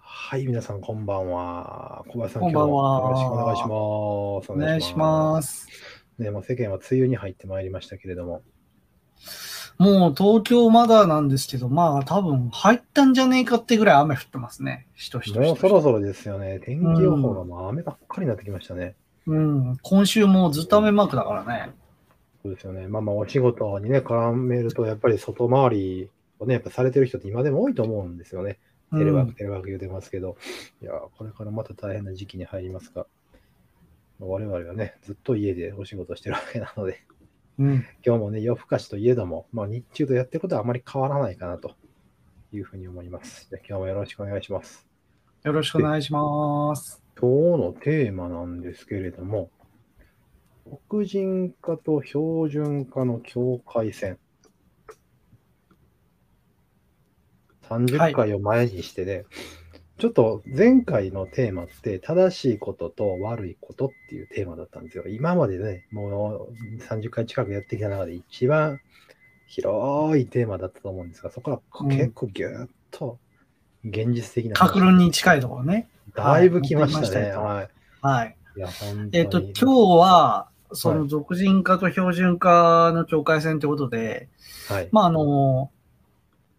はい、皆さん、こんばんは。小林さん、こんばんは今日もよろしくおお願願いいししま。ますす。ね、もう世間は梅雨に入ってまいりましたけれども、もう東京まだなんですけど、まあ多分入ったんじゃねえかってぐらい雨降ってますね。ひとひともひうそと。ろそろですよね。天気予報がもう雨ばっかりになってきましたね。うん。今週もうずっと雨マークだからね。そうですよね。まあまあ、お仕事にね、絡めると、やっぱり外回りをね、やっぱされてる人って今でも多いと思うんですよね。うテレワーク、ん、テレワーク言うてますけど、いやー、これからまた大変な時期に入りますが、我々はね、ずっと家でお仕事してるわけなので、うん。今日もね、夜更かしといえども、まあ、日中とやってることはあまり変わらないかなというふうに思います。じゃあ今日もよろしくお願いします。よろしくお願いします。今日のテーマなんですけれども、黒人化と標準化の境界線。は30い回を前にしてね、ちょっと前回のテーマって、正しいことと悪いことっていうテーマだったんですよ。今までね、もう30回近くやってきた中で一番広いテーマだったと思うんですが、そこかうらん結構ギューッと現実的な、格論に近いところね。だいぶ来ましたはい持ってきまね。したよはい。はい。いや、本当に。えっ、と、今日は、その俗人化と標準化の境界線ということで、日、はい。まあ、あの、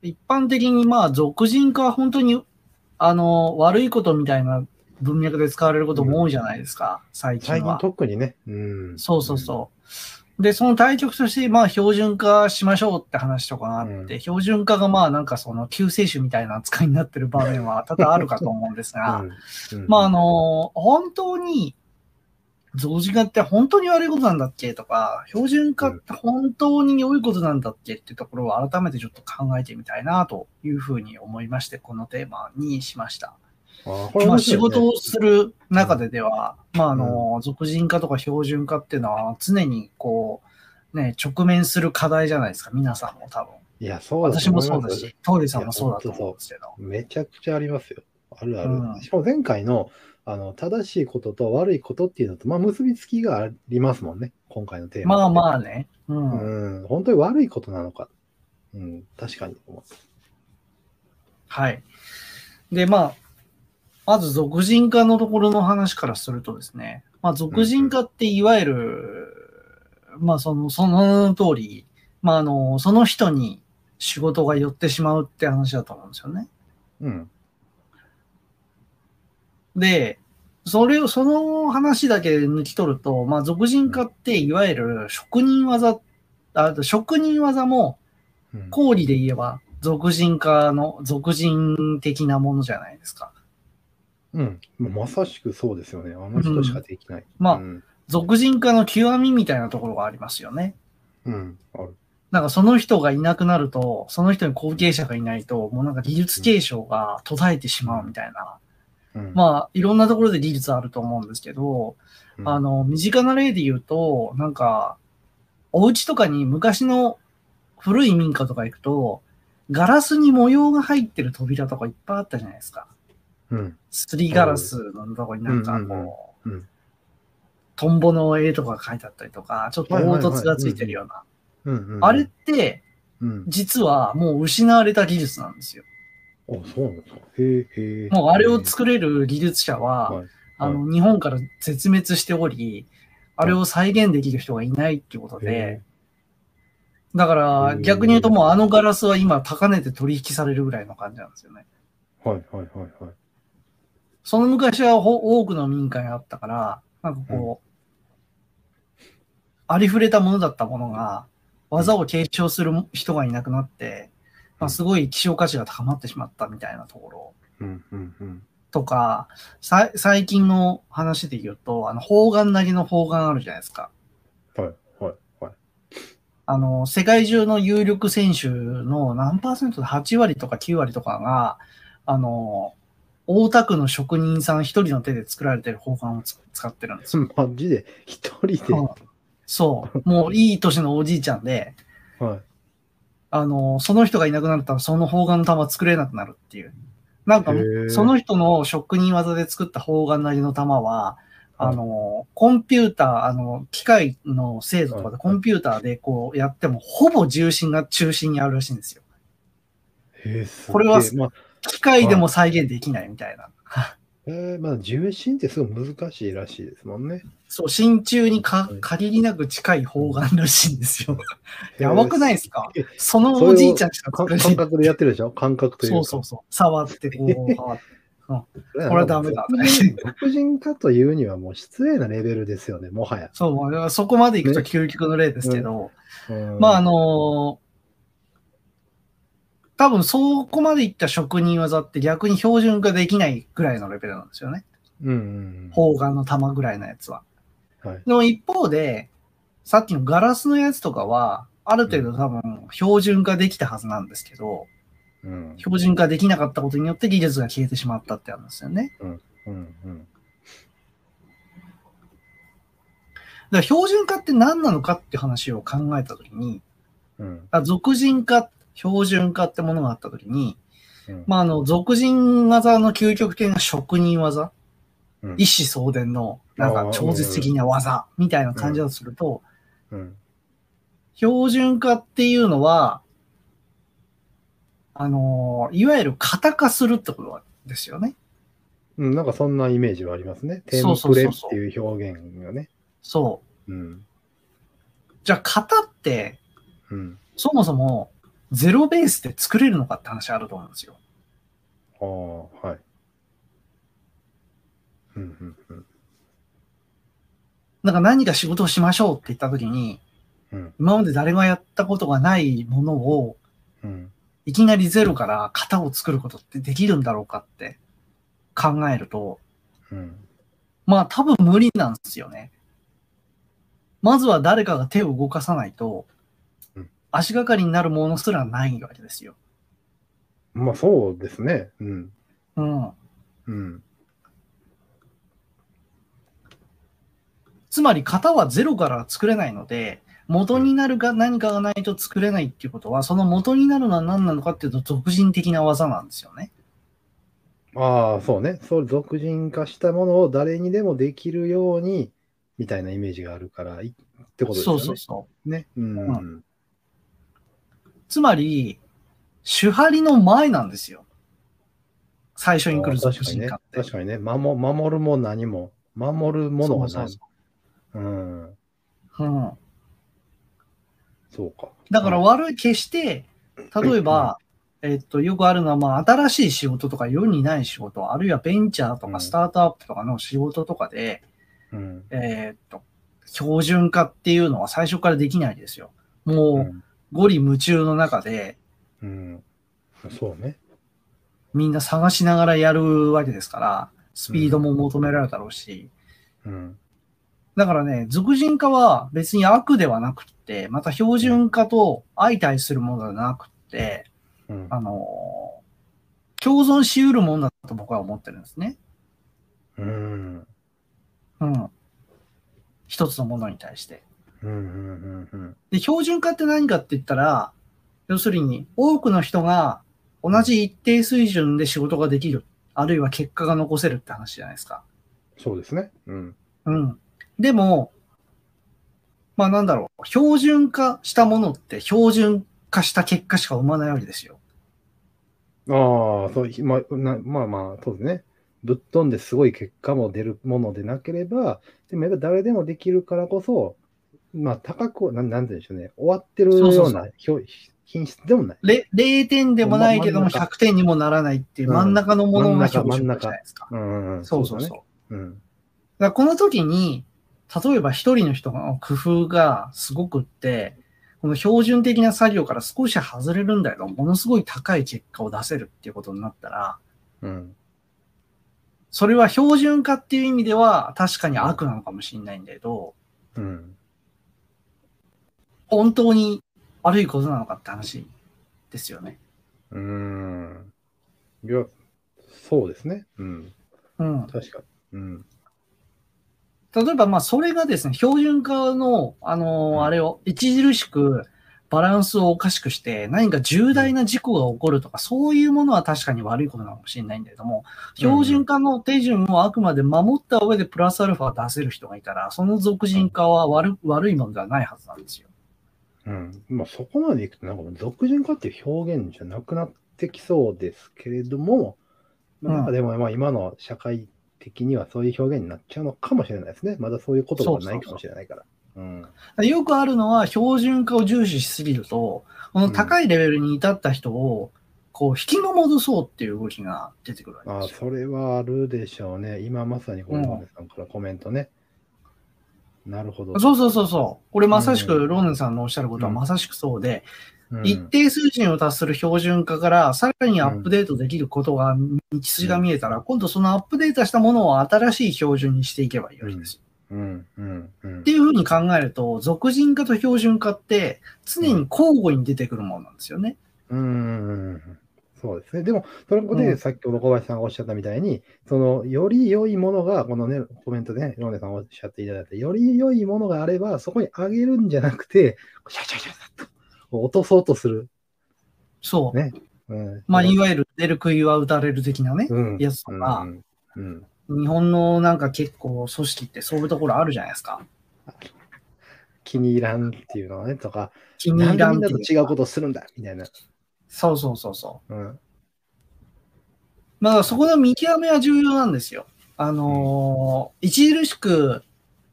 一般的に、まあ、俗人化は本当に、あの、悪いことみたいな文脈で使われることも多いじゃないですか、最最近近は。特にね。うん。そうそうそう。で、その対局として、まあ、標準化しましょうって話とかあって、うん標準化が、まあ、なんかその救世主みたいな扱いになってる場面は多々あるかと思うんですが、うん。うんまあ、あ、の、本当に、増字化って本当に悪いことなんだっけとか、標準化って本当に良いことなんだっけってところを改めてちょっと考えてみたいなというふうに思いまして、このテーマにしました。あこれ面ま白あ、仕いね事をする中ででは、まあ、あの、俗人化とか標準化っていうのは常にこう、ね、直面する課題じゃないですか、皆さんも多分。いや、そうだ私と思もいますそうだし、トーリーさんもそうだと思うんですけど。めちゃくちゃありますよ。あるある。うんしかも前回のあの正しいことと悪いことっていうのと、まあ、結びつきがありますもんね、今回のテーマ。まあまあ。あね。うんうん、本当に悪いことなのか。うん、確かに思う。はい。で、まあ、まず、俗人化のところの話からするとですね、まあ、俗人化っていわゆる、まあ、その、その通り、まあ、あの、その人に仕事が寄ってしまうって話だと思うんですよね。うん。で、それを、その話だけ抜き取ると、まあ、俗人化っていわゆる職人技、あ職人技も、うん、講理で言えば、俗人化の、俗人的なものじゃないですか。うん、もうまさしくそうですよね。あの人しかできない。まあうん。俗人化の極みみたいなところがありますよね。うん、ある。なんかその人がいなくなると、その人に後継者がいないと、もうなんか技術継承が途絶えてしまうみたいな。うん、まあ、いろんなところで技術あると思うんですけど、うんあ、の、身近な例で言うと、なんか、お家とかに昔の古い民家とか行くと、ガラスに模様が入ってる扉とかいっぱいあったじゃないですか。うん。すりガラスのとこになんかこうんうんうんう、うんトンボの絵とか書いてあったりとか、ちょっと凹凸がついてるような。うんうんうんあれっ、て、うん、実はもう失われた技術なんですよ。あ、そうなんですか。へえ、へえ。もうあれを作れる技術者は、はいあの、日本から絶滅しており、あれを再現できる人がいないっていうことでへ、だからうん逆に言うともうあのガラスは今高値で取引されるぐらいの感じなんですよね。はいはいはいはい。その昔はほ多くの民家にあったから、なんかこう、ありふれたものだったものが、技を継承する人がいなくなって、まあ、すごい希少価値が高まってしまったみたいなところうんうんうん。とか、さ最近の話で言うと、あの、砲丸投げの砲丸あるじゃないですか。はいはいはい。あの、世界中の有力選手の何パーセントで8割とか9割とかが、あの、大田区の職人さん一人の手で作られてる砲丸をつ使ってるんですよマジで、一人で。うんそう。もういい年のおじいちゃんで、はい。あの、その人がいなくなったらその砲丸の弾作れなくなるっていう。なんかへー、その人の職人技で作った砲丸なりの弾は、あの、コンピューター、あの、機械の精度とかはいで、コンピューターでこうやっても、ほぼ重心が中心にあるらしいんですよ。へえ、すげえこれはまあ、機械でも再現できないみたいな。えー、まあ、重心ってすごい難しいらしいですもんね。そう、真鍮にか限りなく近い方眼らしいんですよ。やばくないですかえーそのおじいちゃんしかか作れ感ない。覚でやってるでしょ感覚というそか。うそうそう。触ってこう、触って。これこれはダ メだ黒人黒人化というにはもう失礼なレベルですよね、もはや。そう、まあだからそこまで行くと究極の例ですけど、うんまああのー多分そこまでいった職人技って逆に標準化できないぐらいのレベルなんですよね。うんうん砲丸の弾ぐらいのやつは。うん。はい。でも一方で、さっきのガラスのやつとかは、ある程度多分標準化できたはずなんですけど、うん。標準化できなかったことによって技術が消えてしまったってあるんですよね。うんうん。だから標準化って何なのかって話を考えたときに、うん。あ俗人化、標準化ってものがあったときに、うんまあ、あの、俗人技の究極的な職人技、うん一子相伝の、なんあかー超絶的な技みたいな感じだとすると、うん。標準化っていうのは、あのーいわゆる型化するってことなんですよね。うん。なんかそんなイメージはありますね。テそうンそうプレそうっそうていう表現がね。そうん。う。じゃあ型って、うん。そもそもゼロベースで作れるのかって話あると思うんですよ。ああ、はい。うんうんうん。なんか何か仕事をしましょうって言った時に、うん今まで誰がやったことがないものを、うん。いきなりゼロから型を作ることってできるんだろうかって考えると、うん。まあ多分無理なんですよね。まずは誰かが手を動かさないとうん、足がかりになるものすらないわけですよ。まあそうですね。うん。うん。うん。つまり型はゼロから作れないので、元になるが何かがないと作れないっていうことは、その元になるのは何なのかっていうと、俗人的な技なんですよね。ああ、そうね。そう、俗人化したものを誰にでもできるように、みたいなイメージがあるから、いってことですよそうね。そうそう。ね。うん。うつまり、手張りの前なんですよ。最初に来るああぞ、確かに人ね化っ。て。確かにね。守守るも何も、守るものがない。そうそううん。そううん。そうか。だから悪い、決して、例えば、えっと、よくあるのは、まあ、新しい仕事とか、世にない仕事、あるいはベンチャーとうか、んスタートアップとかの仕事とかで、うん。えっと、標準化っていうのは最初からできないですよ。うもん。う、ゴリ夢中の中で、うん。そうね。みんな探しながらやるわけですから、スピードも求められるだろうし、うん。だからね、俗人化は別に悪ではなくって、また標準化と相対するものではなくって、うん。あのー共存し得るものだと僕は思ってるんですね。うん。うん。一つのものに対して。うん。うん。うん。で、標準化って何かって言ったら、要するに多くの人が同じ一定水準で仕事ができる、あるいは結果が残せるって話じゃないですか。そうですね。うん。うん。でも、まあなんだろう、標準化したものって標準化した結果しか生まないわけですよ。ああ、そう、ひまあ、なまあまあ、そうですね。ぶっ飛んですごい結果も出るものでなければ、でもやっぱ誰でもできるからこそ、まあ高く、なんなんて言うんでしょうね。終わってるそようそううそうなひょ品質でもない。れ0点でもないけども真ん中100点にもならないっていううん真ん中のもの真がん標中準化じゃないですか。うんんん。そうそうそだう。だねうん。からこの時に、例えば一人の人の工夫がすごくって、この標準的な作業から少し外れるんだけど、ものすごい高い結果を出せるっていうことになったら、うん。それは標準化っていう意味では確かに悪なのかもしれないんだけど、うん。本当に悪いことなのかって話ですよね。うーん。いや、そうですね。うん。うん。確かに。うん。例えば、まあ、それがですね、標準化の、あのーうんあれを、著しくバランスをおかしくして、何か重大な事故が起こるとか、そういうものは確かに悪いことなのかもしれないんだけども、標準化の手順をあくまで守った上でプラスアルファ出せる人がいたら、その俗人化は悪悪いものではないはずなんですよ。うん。まあそこまでいくと、なんかもう俗人化っていう表現じゃなくなってきそうですけれども、まあ、なんかでも、まあ、今の社会的にはそういう表現になっちゃうのかもしれないですね。まだそういう言葉がないかもしれないから。うんよくあるのは標準化を重視しすぎると、この高いレベルに至った人を、こう、引き戻そうっていう動きが出てくるわけあであ、すよ。それはあるでしょうね。今まさにこのロネさんからコメントね。なるほど。そうそうそうそう。これまさうしんく、ローネンさんのおっしゃることはうんまさしくそうで、うん一定水準を達する標準化からさらにアップデートできることが、道筋が見えたら、今度そのアップデートしたものを新しい標準にしていけばいいわけですよ。うんうんうんっていうふうに考えると、俗人化と標準化って常に交互に出てくるものなんですよね。うんうんうんそうですね。でも、それうで、んさっき小林さんがおっしゃったみたいに、その、より良いものが、このね、コメントでね、ローネさんおっしゃっていただいた、より良いものがあれば、そこにあげるんじゃなくて、シャシャシャシャッと落とそうとする。そう。ねうん、まあ、いわわゆる出る杭は打たれる的なね、うんやつとうか、んうん日本のなんか結構組織ってそういうところあるじゃないですか。気に入らんっていうのはね、とか、気になん入でらみんんってないとう。違うことするんだみたいな。そうそうそうそう。うん。まあ、だからそこの見極めは重要なんですよ。あのー著しく、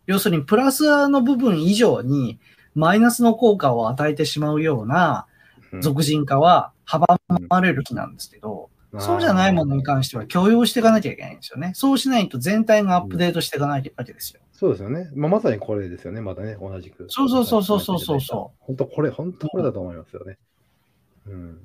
要するにプラスの部分以上にマイナスの効果を与えてしまうようなうん俗人化は阻まれる気なんですけど、そうじゃないものにあー関しては許容していかなきゃいけないんですよね。そうしないと全体がアップデートしていかないわけですよ。そうですよね。まあ、まさにこれですよね。またね、同じく。そうそうそうそうそうそうそう。本当これ、本当これだと思いますよね。うん。だか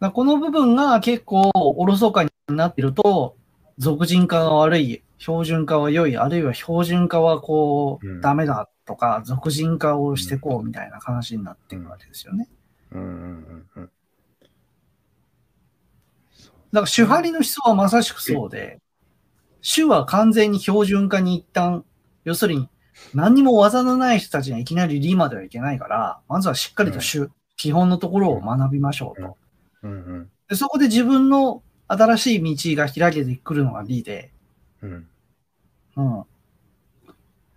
らこの部分が結構おろそかになってると、俗人化が悪い、標準化は良い、あるいは標準化はこうんう、ダメだとか、俗人化をしてこうみたいな話になっていくわけですよね。うんうんうんうん。そうだから主張りの思想はまさしくそうで、主は完全に標準化に一旦、要するに何にも技のない人たちがいきなり理まではいけないから、まずはしっかりと主、基本のところを学びましょうと。うんでそこで自分の新しい道が開けてくるのが理で、うんうん。うん。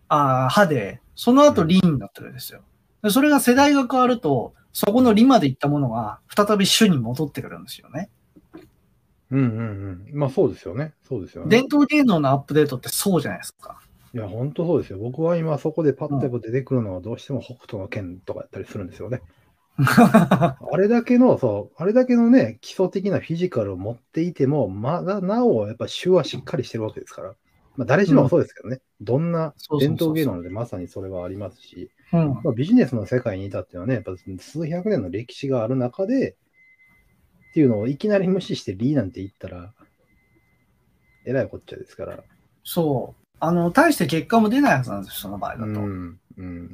ああ、歯で、その後、リンになってるんですよ。でそれが世代が変わると、そこのリまで行ったものが、再び種に戻ってくるんですよね。うんうんうん。まあそうですよね。そうですよね。伝統芸能のアップデートってそうじゃないですか。いや、本当そうですよ。僕は今そこでパッと出てくるのはどうしても北斗の剣とかやったりするんですよね。あれだけの、そう、あれだけのね、基礎的なフィジカルを持っていても、まだなお、やっぱ手はしっかりしてるわけですから。まあ、誰しもそうですけどね、どんなそうそうそ伝う統芸能でまさにそれはありますし、 うん。まあ、ビジネスの世界に至ってはね、やっぱ数百年の歴史がある中で、っていうのをいきなり無視してリーなんて言ったら、えらいこっちゃですから。そう。あの、大して結果も出ないはずなんですよ、その場合だうと。うん。ん。うん。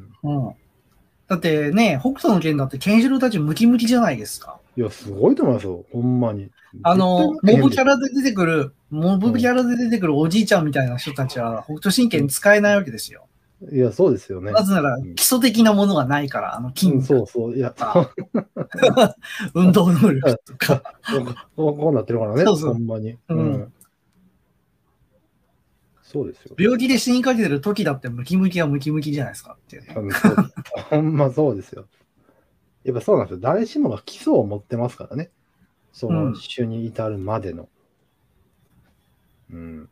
だってね、北斗の剣だって、ケンシロウたちムキムキじゃないですか。いや、すごいと思いますよ。ほんまに。あの、絶対モブキャ変でラで出てくる、モブキャラで出てくるおじいちゃんみたいな人たちは、北斗神拳使えないわけですよ。いや、そうですよね。なぜなら基礎的なものがないから、あの筋うん、肉、そうそう。いや、あ運動能力とか。 こうこうなってるからね、そうそうほんまに。うんそうですよ。病気で死にかけてる時だってムキムキはムキムキじゃないですかっていうね、多分そうですほんまそうですよ。やっぱそうなんですよ。誰しもが基礎を持ってますからね。そうのん主に至るまでの。うん。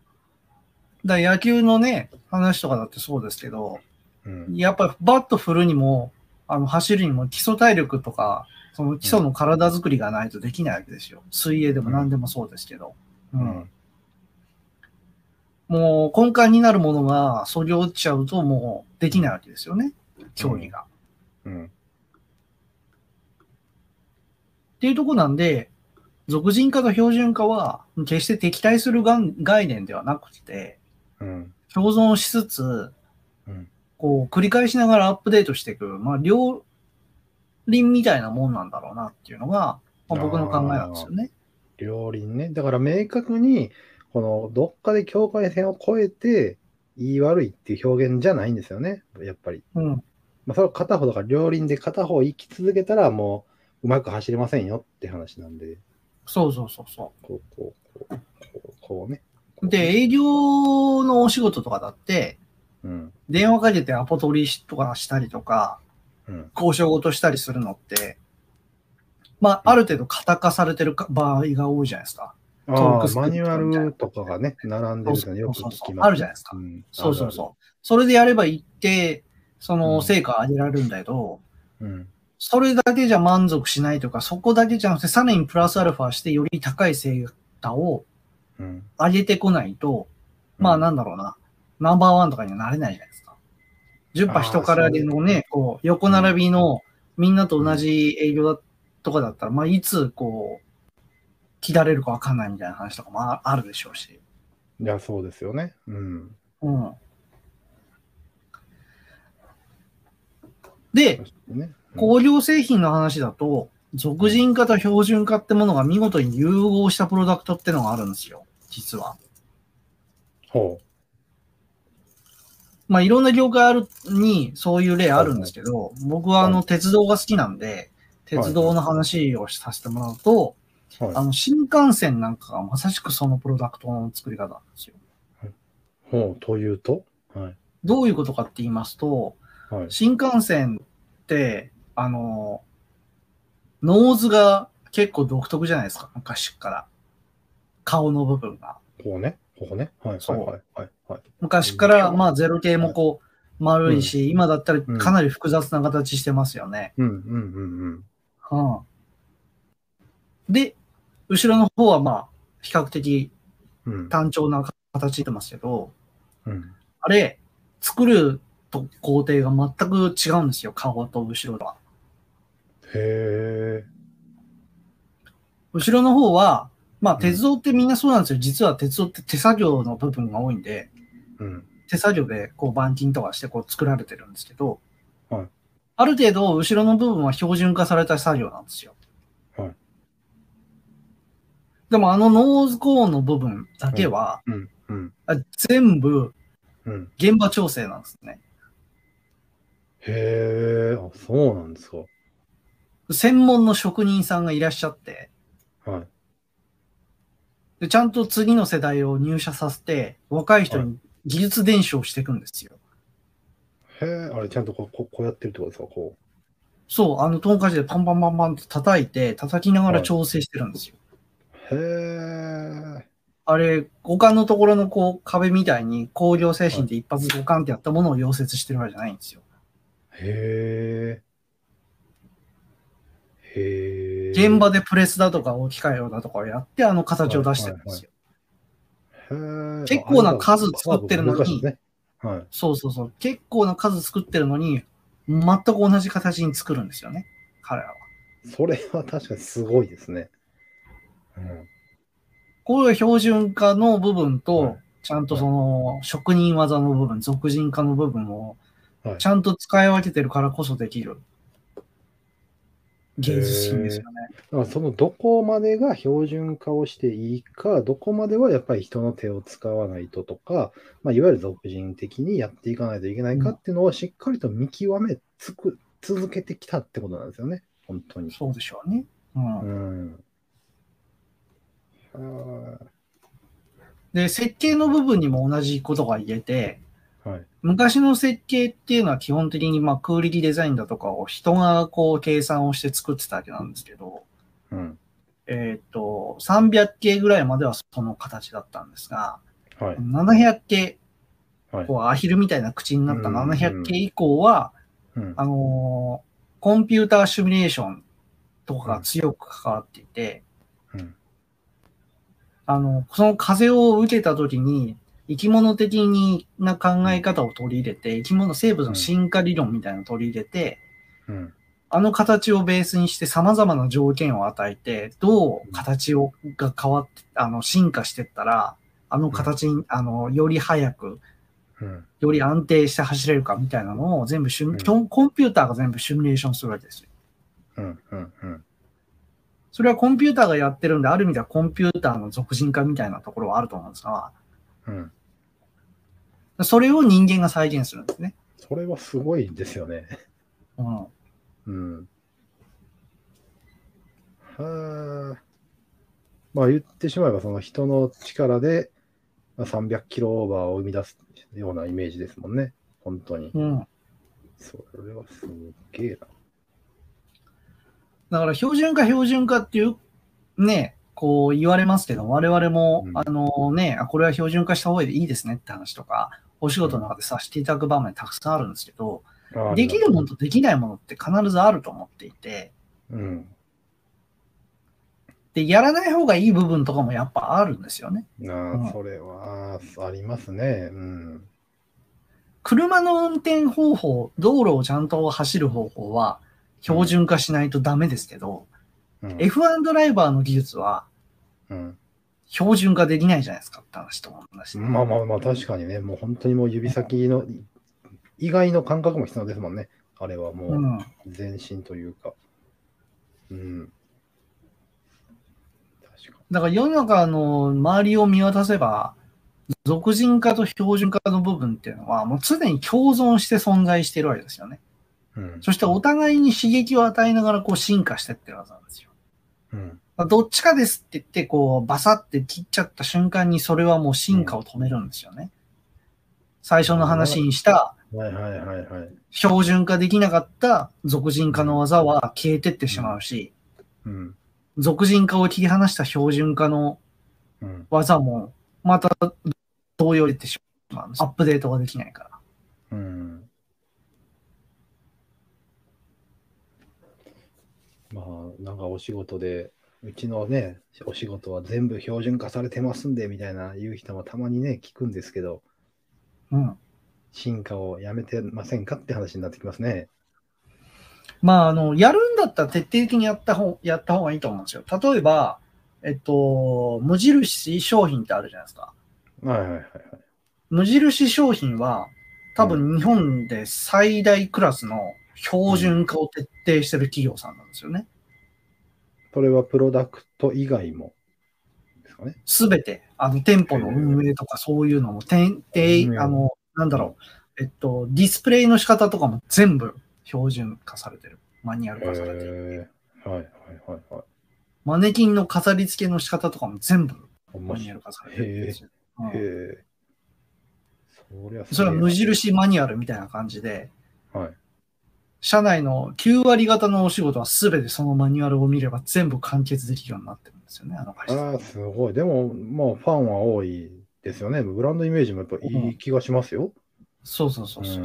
だから野球のね、話とかだってそうですけど、うん。やっぱりバット振るにも、あの走るにも基礎体力とか、その基礎の体作りがないとできないわけですよ。水泳でも何でもそうですけど。ううんん。もう根幹になるものがそぎ落ちちゃうともうできないわけですよね。競技が。うん。っていうとこなんで、俗人化と標準化は、決して敵対するがん概念ではなくて、うん。共存しつつ、うんこう、繰り返しながらアップデートしていく、まあ、両輪みたいなもんなんだろうなっていうのが、まあ、僕の考えなんですよね。両輪ね。だから明確に、このどっかで境界線を越えて、言い悪いっていう表現じゃないんですよね。やっぱり。うん。まあ、それを片方だから両輪で片方行き続けたら、もううまく走れませんよって話なんで、そうそうそうそこう、こう、こう、こうこうね。う。で、営業のお仕事とかだって、うん。電話かけてアポ取りとかしたりとか、うん。交渉事したりするのって、まあ、ある程度型化されてるか場合が多いじゃないですか。あトークあスクマニュアみたいルなとかがね、並んでるのよく聞きます、そうそうそうあるじゃないですかんそうそうそうう。それでやれば一定、そうんの成果上げられるんだけど、あるある。うんそれだけじゃ満足しないとか、そこだけじゃなくて、さらにプラスアルファしてより高い成果をうん上げてこないと、まあなんだろうな、ナンバーワンとかにはなれないじゃないですか。10あ波ー人からでのね、こう、横並びのみんなと同じ営業だとかだったら、まあいつこう、切られるかわかんないみたいな話とかもああるでしょうし。いや、そうですよね。うん。うん。で、確かにね工業製品の話だと、俗人化と標準化ってものが見事に融合したプロダクトってのがあるんですよ、実は。ほまあ、いろんな業界あるに、そういう例あるんですけど、僕はあはの、鉄道が好きなんで、鉄道の話をさせてもらうと、う。はいあの、新幹線なんかがまさしくそのプロダクトの作り方なんですよ。ほう、というと、はい。どういうことかって言いますと、はい。新幹線って、あの、ノーズが結構独特じゃないですか、昔っから。顔の部分が。ここね。ここね。はい。そうはい。はい。はい。昔かうら、んまあ、ゼロ系もこう、丸いし、今だったらうんかなり複雑な形してますよね。うん。うん。うん。うん。うん。で、後ろの方は、まあ、比較的うん。単調な形してますけど、うん。あれ、作ると工程が全く違うんですよ、顔と後ろとは。へえ。後ろの方は、まあ、ん鉄道ってみんなそうなんですよ。実は鉄道って手作業の部分が多いんで、うん。手作業でこう板金とかしてこう作られてるんですけど、はいある程度後ろの部分は標準化された作業なんですよ。はいでもあのノーズコーンの部分だけは、うん。うん。あ全部うん。現場調整なんですね。へえ。あ、そうなんですか。専門の職人さんがいらっしゃって、はい。でちゃんと次の世代を入社させて、若い人に技術伝承していくんですよ。へえ。あれ、ちゃんとこう、こうこうやってるってことですか、こそう、あのトンカチでパンパンパンパンって叩いて、叩きながらはい調整してるんですよ。う。へえ。あれ、五感のところのこう壁みたいに工業精神で一発五感ってやったものを溶接してるわけじゃないんですよ。へえ。へえ。現場でプレスだとか大きかよだとかをやってあの形を出してるんですよ。はいはいへえ結構な数作ってるのにあれだ昔ねはい。そうそうそう。結構な数作ってるのに、全く同じ形に作るんですよね。彼らは。それは確かにすごいですね。うん。こういう標準化の部分はとい、ちゃんとその職人技の部分、俗人化の部分をはいちゃんと使い分けてるからこそできる芸術品ですよね。だからそのどこまでが標準化をしていいか、どこまではやっぱり人の手を使わないととか、まあ、いわゆる俗人的にやっていかないといけないかっていうのをしっかりと見極めつく続けてきたってことなんですよね、本当に。そうでしょうね。うんうん。はで、設計の部分にも同じことが言えて、い。はい。昔の設計っていうのは基本的にまあ空力デザインだとかを人がこう計算をして作ってたわけなんですけど、うん。えっ、と、300系ぐらいまではその形だったんですが、はい。 700系、はいこうアヒルみたいな口になったうん700系以降は、うん。あのーコンピューターシミュレーションとかが強く関わっていて、うんあの、その風を受けた時に、生き物的な考え方を取り入れて、生き物、生物の進化理論みたいなのを取り入れて、うん。あの形をベースにして様々な条件を与えて、どう形を、が変わって、あの、進化してったら、あの形に、あの、より早く、うん。より安定して走れるかみたいなのを全部シミュ、うんコンピューターが全部シミュレーションするわけですよ。うん。うん。うん。それはコンピューターがやってるんで、ある意味ではコンピューターの俗人化みたいなところはあると思うんですが、うん。それを人間が再現するんですね。それはすごいですよね。うん。うん。はあ。まあ言ってしまえば、その人の力でまあ300キロオーバーを生み出すようなイメージですもんね。本当に。うん。それはすっげえな。だから標準化標準化っていう、ね、こう言われますけど、我々もう、んあのね、あこれは標準化した方がいいですねって話とか、お仕事の中でさせていただく場面たくさんあるんですけど、あーできるものとできないものって必ずあると思っていて、うん。で、やらない方がいい部分とかもやっぱあるんですよね。なうんあ、それは、ありますね。うん。車の運転方法、道路をちゃんと走る方法は標準化しないとダメですけど、うん。 F1 ドライバーの技術はうん標準化できないじゃないですかって話と思うし、まあまあまあ、確かにね、もう本当にもう指先の、以外の感覚も必要ですもんね。あれはうもん、う、全身というか。うん。確かだから世の中の周りを見渡せば、俗人化と標準化の部分っていうのは、もう常に共存して存在しているわけですよね。に。うん。そしてお互いに刺激を与えながらこう進化してってるはずなんですよ。うん。まあどっちかですって言って、こう、バサって切っちゃった瞬間に、それはもう進化を止めるんですよね。最初の話にした、はいはいはいはい。標準化できなかった俗人化の技は消えてってしまうし、うん。俗人化を切り離した標準化のうん。技も、また同様にってしまうんです。アップデートができないから。うん。まあ、なんかお仕事で、うちのね、お仕事は全部標準化されてますんで、みたいな言う人もたまにね、聞くんですけど、うん。進化をやめてませんかって話になってきますね。まあ、あの、やるんだったら徹底的にやった方、やった方がいいと思うんですよ。例えば、えっと、無印商品ってあるじゃないですか。はいはいはいはい。無印商品は、多分日本で最大クラスの標準化を徹底してる企業さんなんですよね。それはプロダクト以外もですかね。すべて、あの、店舗の運営とかそういうのも、店う定、んあの、なんだろう、えっと、ディスプレイの仕方とかも全部標準化されてる。マニュアル化されてる。へえはいはいはいはい。マネキンの飾り付けの仕方とかも全部ほんマまニに。ュアへル化されてるんですよ。うんえ。そりゃすげえなそれは無。印マニュアルみたいな感じで、はい。社内の9割方のお仕事は全てそのマニュアルを見れば全部完結できるようになってるんですよね、あの会社。ああ、すごい。でも、まあ、ファンは多いですよね。ブランドイメージもやっぱいい気がしますよ。そうそうそううそ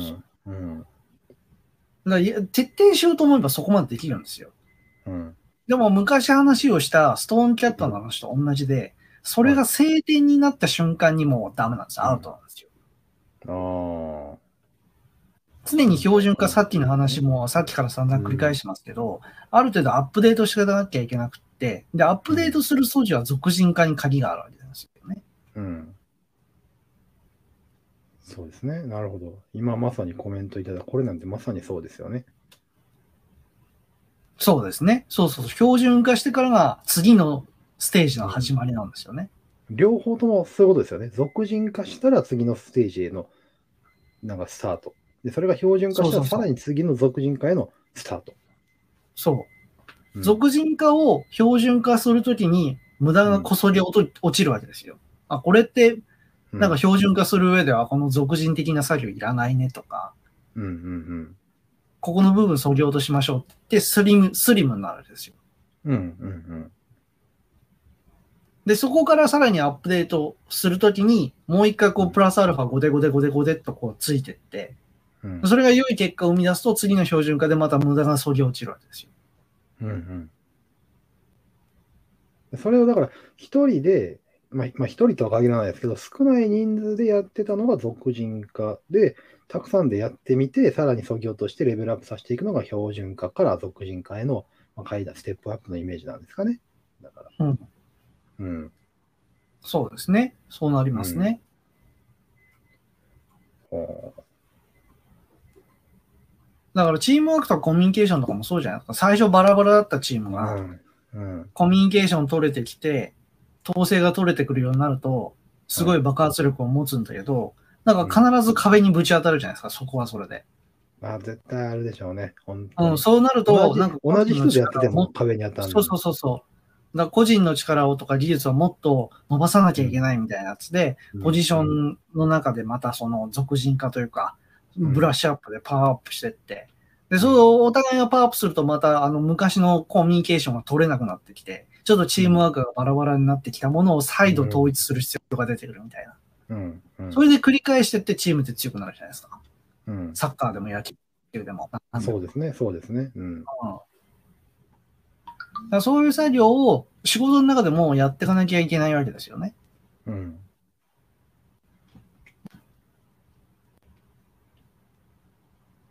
う。ん。うん。だからいや徹底しようと思えばそこまでできるんですよ。うん。でも昔話をしたストーンキャットの話と同じで、それが晴天になった瞬間にもうダメなんですよ。うんアウトなんですよ。ああ。常に標準化、さっきの話もさっきから散々繰り返してますけど、ある程度アップデートしていかなきゃいけなくって、で、アップデートする素地は俗人化に鍵があるわけなんですよね。うん。そうですね。なるほど。今まさにコメントいただこれなんてまさにそうですよね。そうですね。そうそうそう。標準化してからが次のステージの始まりなんですよね。両方ともそういうことですよね。俗人化したら次のステージへの、なんかスタート。で、それが標準化したそうそうらそさうらに次の俗人化へのスタート。そうう。ん俗人化を標準化するときに無駄がこそり落と落ちるわけですよ。あ、これって、なんか、標準化する上ではこの俗人的な作業いらないねとか、うんうんここの部分削ぎ落としましょうって言ってスリム、スリムになるわけですよ。うん。うんうんで、そこからさらにアップデートするときに、もう一回こう、プラスアルファ5で5で5で5でっとこうついてって、うん。うんそれが良い結果を生み出すと次の標準化でまた無駄が削ぎ落ちるわけですよ。うんうん、それをだから、一人で、まあ、まあ、一人とは限らないですけど、少ない人数でやってたのが俗人化で、たくさんでやってみて、さらに削ぎ落としてレベルアップさせていくのが標準化から俗人化へのまあ階段、ステップアップのイメージなんですかね。だから。うん。うん。そうですね。そうなりますね。ほうだからチームワークとかコミュニケーションとかもそうじゃないですか。最初バラバラだったチームが、うん。うん。コミュニケーション取れてきて、統制が取れてくるようになると、すごい爆発力を持つんだけど、なんか必ず壁にぶち当たるじゃないですか、そこはそれで。まあ、絶対あれでしょうね。本当にうん、そうなる同と、じなんか同じ人でやっててもっも壁に当たる。そうそうそうそう。だから個人の力をとか技術をもっと伸ばさなきゃいけないみたいなやつで、うんポジションの中でまたその俗人化というか、うんブラッシュアップでパワーアップしてって、で、そのお互いがパワーアップすると、また、あの、昔のコミュニケーションが取れなくなってきて、ちょっとチームワークがバラバラになってきたものを再度統一する必要が出てくるみたいな。うん。うんそれで繰り返してってチームって強くなるじゃないですか。うん。サッカーでも野球でも。なんでそもうですね、そうですね。うん。だからそういう作業を仕事の中でもやっていかなきゃいけないわけですよね。うん。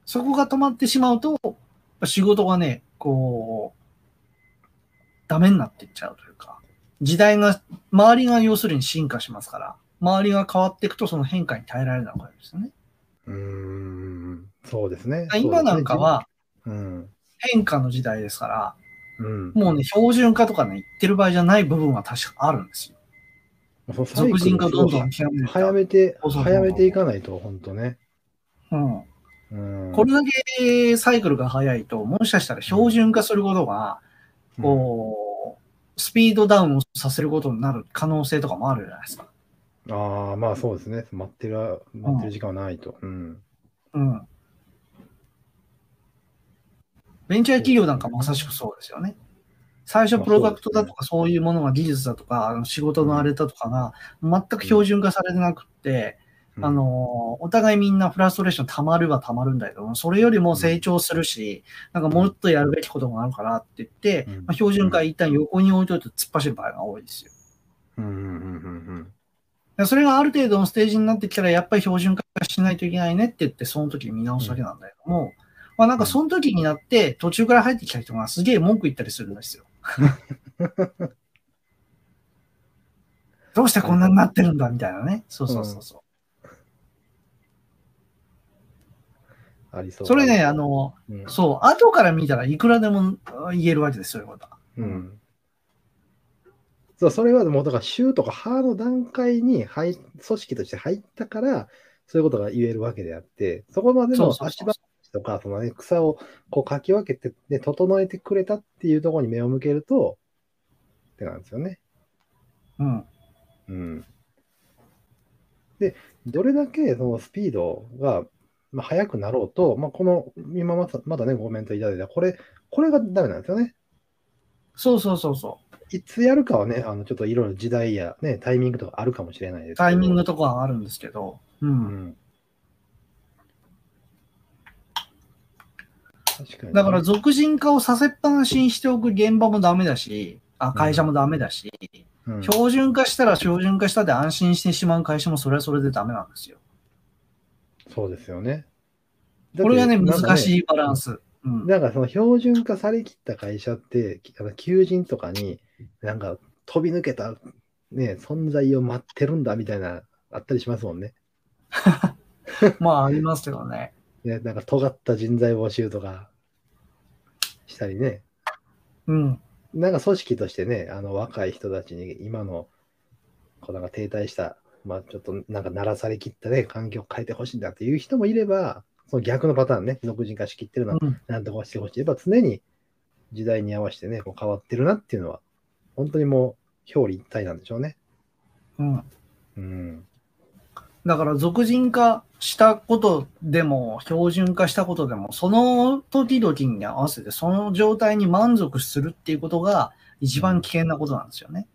そこが止まってしまうと、仕事がね、こう、ダメになっていっちゃうというか、時代が、周りが要するに進化しますから、周りが変わっていくとその変化に耐えられないわけですよね。うーん。そうですねだ。から今なんかはそうですね、うん。変化の時代ですから、うん。もうね、標準化とかね、言ってる場合じゃない部分は確かあるんですよ。そうサイク俗ル人がどんどんそう極めていっ早めて、たそうそう早めていかないと、本当ね。うん。うん。これだけサイクルが早いと、もしかしたら標準化することが、うんこう、スピードダウンをさせることになる可能性とかもあるじゃないですか。ああ、まあそうですね。待ってる、待ってる時間はないと。うん。うん。ベンチャー企業なんかまさしくそうですよね。最初プロダクトだとかそういうものが技術だとか、あの仕事のあれだとかが全く標準化されてなくって、うんあ、の、お互いみんなフラストレーション溜まるは溜まるんだけども、それよりも成長するし、なんかもっとやるべきことがあるからって言ってうん、まあ、標準化一旦横に置いといて突っ走る場合が多いですよ。うんうんうんうんでそれがある程度のステージになってきたら、やっぱり標準化しないといけないねって言って、その時に見直すだけなんだけども、まあなんかその時になって、途中から入ってきた人がすげえ文句言ったりするんですよ。 どうしてこんなになってるんだみたいなね。そうそうそうそう。うん。ありそう。それね、あ、の、うん。そう、後から見たらいくらでもあ言えるわけですよ、そういうことは。うん。そう、それはもうだから、州とか派の段階に入、組織として入ったから、そういうことが言えるわけであって、そこまでのそうそう足そう場とか、そのね、草をこうかき分けて、ね、整えてくれたっていうところに目を向けると、ってなんですよね。うん。うん。で、どれだけそのスピードが、まあ、速くなろうと、まあ、この、今またまだね、コメントいただいた、これ、これがダメなんですよね。そうそうそうそいつやるかはね、あのちょっといろいろ時代や、ね、タイミングとかあるかもしれないですけう。ど。タイミングとかはあるんですけど、ううんん。確かに、だから、俗人化をさせっぱなしにしておく現場もダメだし、あ会社もダメだし、うん、標準化したら標準化したで安心してしまう会社もそれはそれでダメなんですよ。そうですよね。これがね、難い。しいバランス。うん。なんかその標準化されきった会社って、あの求人とかに、なんか飛び抜けた、ね、存在を待ってるんだみたいな、あったりしますもんね。まあ、ありますけどね。ねなんか尖った人材募集とかしたりね。うん。なんか組織としてね、あの若い人たちに今のこうなんか停滞した、まあ、ちょっとなんか鳴らされきったね、環境を変えてほしいんだっていう人もいれば、その逆のパターンね、俗人化しきってるな、うんなんとかしてほしい。やっぱ常に時代に合わせてね、こう変わってるなっていうのは、本当にもう表裏一体なんでしょうね。うん。うん。だから、俗人化したことでも、標準化したことでも、その時々に合わせて、その状態に満足するっていうことが、一番危険なことなんですよね。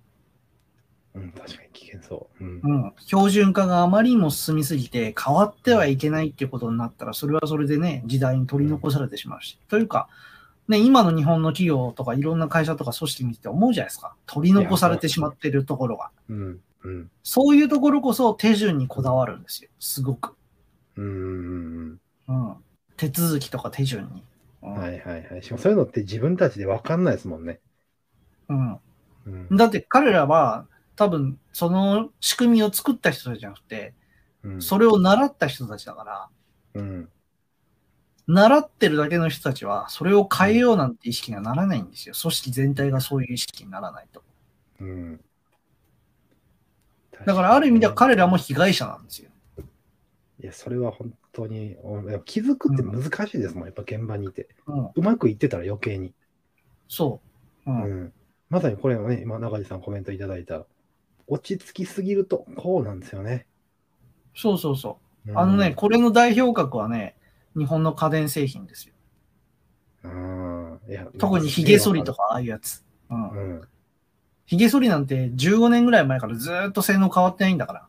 うん、確かに危険そう。うんう。ん、標準化があまりにも進みすぎて変わってはいけないっていうことになったら、それはそれでね、時代に取り残されてしまうし。というか、ね、今の日本の企業とかいろんな会社とか組織見てて思うじゃないですか。取り残されてしまってるところが。うん。うん。そういうところこそ手順にこだわるんですよ。すごく。うん。うん。手続きとか手順に。うん。はいはいはい。しかもそういうのって自分たちで分かんないですもんね。うん、うん。だって彼らは、多分、その仕組みを作った人たちじゃなくて、うん。それを習った人たちだから、うん。習ってるだけの人たちは、それを変えようなんて意識がならないんですよ。組織全体がそういう意識にならないと。うん。だから、ある意味では確かにね彼らも被害者なんですよ。いや、それは本当に、おやっぱ気づくって難しいですもん、やっぱ現場にいて。うん、うまくいってたら余計に。そう。う、うんん。まさにこれもね、今、中地さんコメントいただいた。落ち着きすぎると、こうなんですよね。そうそうそうう。んあのね、、これの代表格はね、日本の家電製品ですよ。いや特に髭剃りと。かああいうやつ。う。うんん。髭剃りなんて15年ぐらい前からずーっと性能変わってないんだか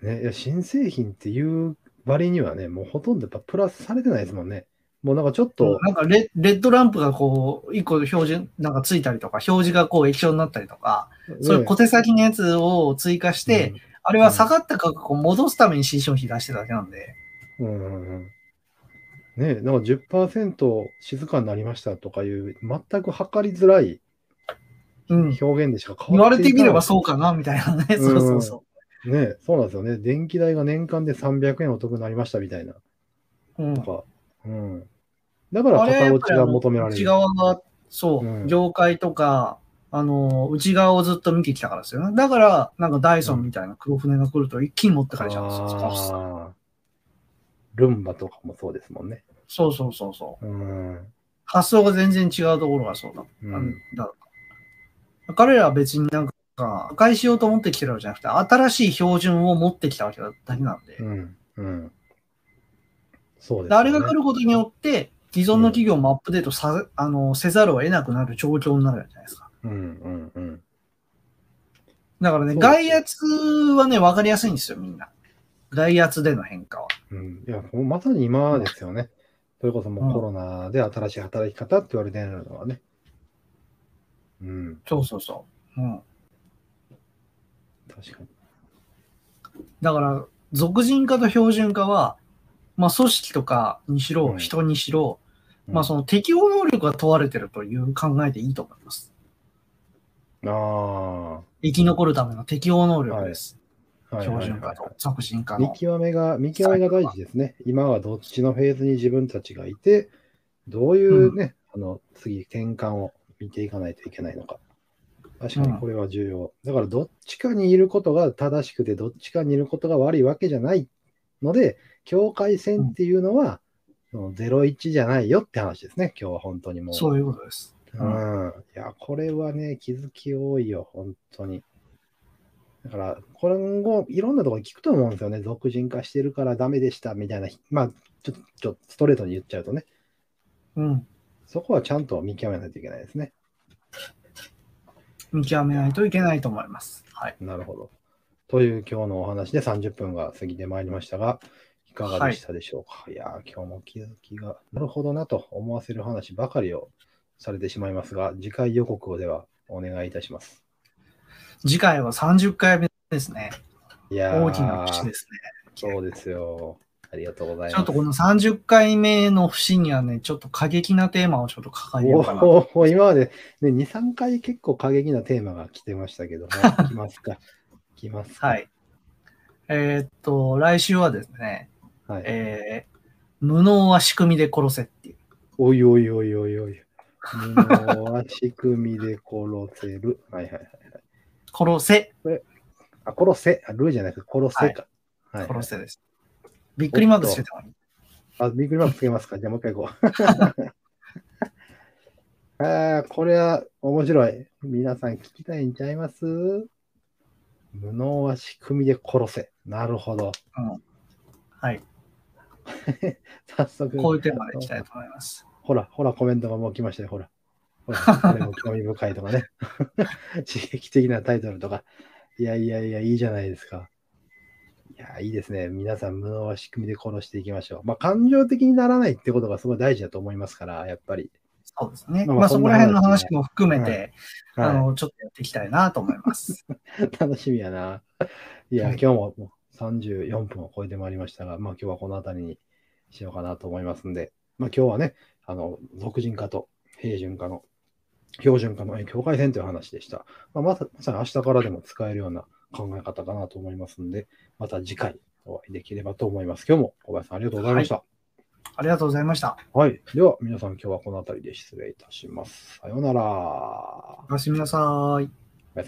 ら。ね、いや新製品っていう割にはね、もうほとんどやっぱプラスされてないですもんね。もうなんかちょっと、なんかレレッドランプがこう、一個表示、なんかついたりとか、表示がこう液晶になったりとか、そういう小手先のやつを追加して、ね、あれは下がった価格を戻すために新商品出してただけなんで、うんうんうんうんね、なんか10%静かになりましたとかいう、全く測りづらいうん。表現でしか変言わわっれてていみかれなばい。そうかな、みたいなね。そうそうそね、そうなんですよね。電気代が年間で300円お得になりましたみたいな。う。うんと。か、うん。だから片落ちが求められ内る。側が、そう、うん業界とか、あの、内側をずっと見てきたからですよね。だから、なんかダイソンみたいな黒船が来ると一気に持ってかれちゃうんですよ。あールンバとかもそうですもんね。そうそうそうそう。うん。発想が全然違うところがそうだ。うんなんだろうな彼らは別になんか、破壊しようと思ってきてるわけじゃなくて、新しい標準を持ってきたわけだけなんで。うん。うん。そうです、であれが来ることによって、既存の企業もアップデートさ、あのせざるを得なくなる状況になるじゃないですか。うんうんうん。だからね、そうです外圧はね、分かりやすいんですよ、みんな。外圧での変化は。うん、いや、ほんまさに今ですよね。それこそもうコロナで新しい働き方って言われてるのはね。うん、そうそうそう。うん。確かに。だから、俗人化と標準化は、まあ、組織とかにしろう、ん人にしろ、うんまあ、その適応能力が問われてるという考えでいいと思います。あ生き残るための適応能力です。あ、はいはいはい標準化と俗人化見の。極めが、見極めが大事ですね。今はどっちのフェーズに自分たちがいて、どういうね、あの、次転換を見ていかないといけないのか。確かにこれは重要。だから、どっちかにいることが正しくて、どっちかにいることが悪いわけじゃないので、境界線っていうのは、その01じゃないよって話ですね。今日は本当にもう。そういうことです。うん。いや、これはね、気づき多いよ、本当に。だから、今後、いろんなところに聞くと思うんですよね。俗人化してるからダメでした、みたいな。まあ、ちょっと、ちょっとストレートに言っちゃうとね。うん。そこはちゃんと見極めないといけないですね。見極めないといけないと思います。はい。なるほど。という今日のお話で30分が過ぎてまいりましたが、いかがでしたでしょうか。い、やー、今日も気づきが、なるほどなと思わせる話ばかりをされてしまいますが、次回予告をではお願いいたします。次回は30回目ですね。いやー大きな節ですね。そうですよ。ありがとうございます。ちょっとこの30回目の節にはね、ちょっと過激なテーマをちょっと掲げようかなと。おお今まで、ね、2、3回結構過激なテーマが来てましたけ ども、来ますか。来ますか。は。い。えーっと、来週はですね、はい、えー無能は仕組みで殺せっていう。おいおいおいおいおい。布は仕組みで殺せる。はいはいはい。殺せ、あ、殺せ。あルーじゃなくて殺せか。はい。殺せです。びっくりマークしてたのに。あ、ビッグマックつけますか。じゃあもう一回行こ う。ああ、これは面白い。皆さん聞きたいんちゃいます無能は仕組みで殺せ。なるほど。はい。早速。こういうテーマでいきたいと思います。ほら、ほら、コメントがもう来ましたよ、ほら。ほら、これも興味深いとか ね。刺激的なタイトルとか。いやいやいや、いいじゃないですか。いや、いいですね。皆さん、無能は仕組みで殺していきましょう。まあ、感情的にならないってことがすごい大事だと思いますから、やっぱり。そうですね。まあまあそこら辺のそんな話話も含めて、あはの、ちょっとやっていきたいなと思います。い、 楽しみやな。いや、はい今日ももう34分を超えてまいりましたが、まあ、今日はこの辺りにしようかなと思いますんで、まあ、今日はね、あの、俗人化と平準化の、標準化の境界線という話でした。まあ、まさまさに明日からでも使えるような考え方かなと思いますんで、また次回お会いできればと思います。今日も小林さんありがとうございました。ありがとうございました。はい。では、皆さん今日はこの辺りで失礼いたします。さようなら。おやすみなさい。